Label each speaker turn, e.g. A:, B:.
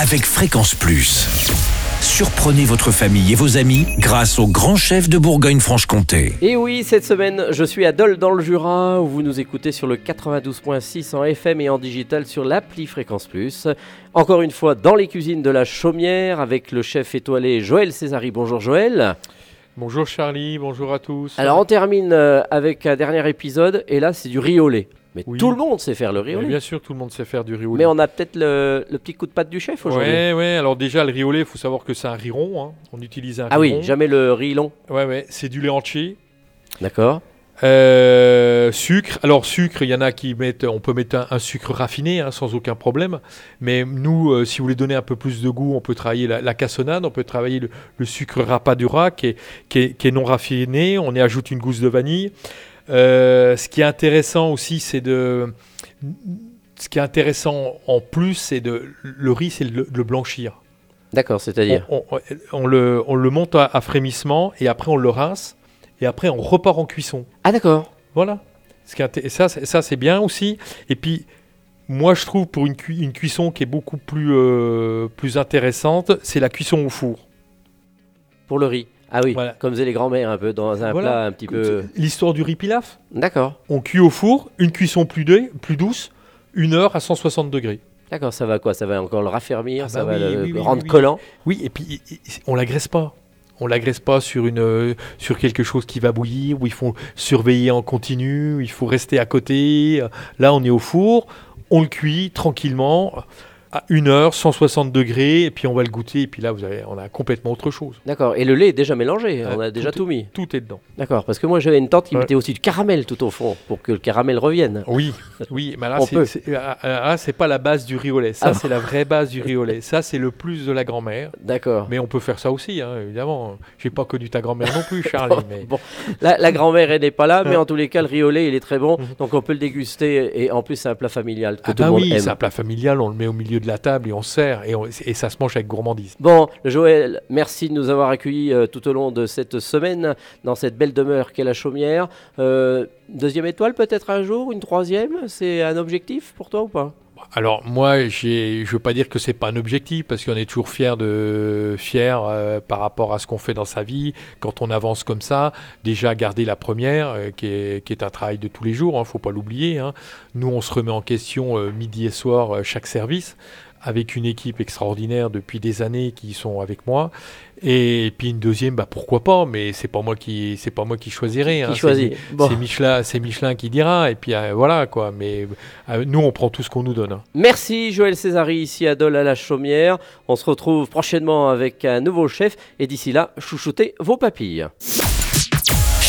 A: avec Fréquence Plus. Surprenez votre famille et vos amis grâce au grand chef de Bourgogne-Franche-Comté.
B: Et oui, cette semaine, je suis à Dole dans le Jura, où vous nous écoutez sur le 92.6 en FM et en digital sur l'appli Fréquence Plus. Encore une fois, dans les cuisines de la Chaumière, avec le chef étoilé Joël Césari. Bonjour Joël.
C: Bonjour Charlie, bonjour à tous.
B: Alors on termine euh, avec un dernier épisode, et là c'est du riz au lait. Mais
C: Oui.
B: tout le monde sait faire le
C: Mais
B: riz au lait.
C: bien sûr, tout le monde sait faire du riz au lait.
B: Mais on a peut-être le, le petit coup de patte du chef aujourd'hui.
C: Ouais, ouais. Alors déjà, le riz au lait, il faut savoir que c'est un riz rond. hein. On utilise un
B: Ah
C: riz
B: oui,
C: rond.
B: jamais le riz long.
C: Ouais, ouais. C'est du lait entier.
B: D'accord.
C: Euh, sucre. Alors sucre, il y en a qui mettent, on peut mettre un, un sucre raffiné hein, sans aucun problème. Mais nous, euh, si vous voulez donner un peu plus de goût, on peut travailler la, la cassonade, on peut travailler le, le sucre rapadura qui est, qui, est, qui est non raffiné. On y ajoute une gousse de vanille. Euh, ce qui est intéressant aussi, c'est de ce qui est intéressant en plus, c'est de le riz, c'est de le- de le blanchir.
B: D'accord, c'est-à-dire.
C: On, on- on le, on le monte à, à frémissement et après on le rince et après on repart en cuisson.
B: Ah d'accord.
C: Voilà. Ce qui est inté- et ça, c'est- ça c'est bien aussi. Et puis, moi, je trouve pour une, cui- une cuisson qui est beaucoup plus, euh, plus intéressante, c'est la cuisson au four.
B: Pour le riz. Ah oui,
C: Voilà.
B: comme faisaient les grands-mères un peu dans un
C: Voilà.
B: plat un petit peu.
C: L'histoire du riz pilaf,
B: D'accord.
C: on cuit au four, une cuisson plus, dé- plus douce, une heure à 160 degrés.
B: D'accord, ça va quoi Ça va encore le raffermir,
C: Ah
B: ça va
C: bah oui,
B: le,
C: oui,
B: le
C: oui,
B: rendre
C: oui, oui.
B: collant.
C: Oui, et puis i- i- on l'agresse pas. On l'agresse pas sur une euh, sur quelque chose qui va bouillir où il faut surveiller en continu, où il faut rester à côté. Là, on est au four, on le cuit tranquillement à 1 heure, 160 degrés, et puis on va le goûter. Et puis là, vous avez, on a complètement autre chose.
B: D'accord, et le lait est déjà mélangé,
C: Ah,
B: on a
C: tout
B: déjà
C: est-
B: tout mis.
C: Tout est dedans.
B: D'accord, parce que moi j'avais une tante qui
C: Ouais.
B: mettait aussi du caramel tout au fond pour que le caramel revienne.
C: Oui, oui, mais là,
B: On peut.
C: c'est- c'est ah, ah, ah, c'est pas la base du riolet. Ça,
B: Ah.
C: c'est la vraie base du riolet. Ça, c'est le plus de la grand-mère.
B: D'accord.
C: Mais on peut faire ça aussi, hein, évidemment. J'ai pas connu ta grand-mère non plus, Charlie. mais...
B: Bon, la, la grand-mère elle n'est pas là, mais en tous les cas le riz au lait il est très bon, donc on peut le déguster et en plus c'est un plat familial que
C: Mhm. Ah
B: tout le
C: bah
B: monde
C: oui,
B: aime.
C: c'est un plat familial, on le met au milieu de la table et on sert et, on- et ça se mange avec gourmandise.
B: Bon, Joël, merci de nous avoir accueillis euh, tout au long de cette semaine dans cette belle demeure qu'est la Chaumière. Euh, deuxième étoile peut-être un jour, une troisième, c'est un objectif pour toi ou pas
C: Eh Alors moi, j'ai- je veux pas dire que c'est pas un objectif parce qu'on est toujours fier de fier euh, par rapport à ce qu'on fait dans sa vie quand on avance comme ça. Déjà garder la première, euh, qui, est, qui est un travail de tous les jours, hein, faut pas l'oublier. hein. Nous, on se remet en question euh, midi et soir euh, chaque service avec une équipe extraordinaire depuis des années qui sont avec moi. Et puis une deuxième, bah pourquoi pas, mais c'est pas moi qui c'est pas moi qui choisirai. hein,
B: Qui
C: c'est
B: choisit Bon.
C: C'est Michelin, c'est Michelin qui dira. Et puis euh, voilà quoi. Mais euh, nous, on prend tout ce qu'on nous donne. hein.
B: Merci Joël Césari ici à Dole à la Chaumière. On se retrouve prochainement avec un nouveau chef et d'ici là, chouchoutez vos papilles.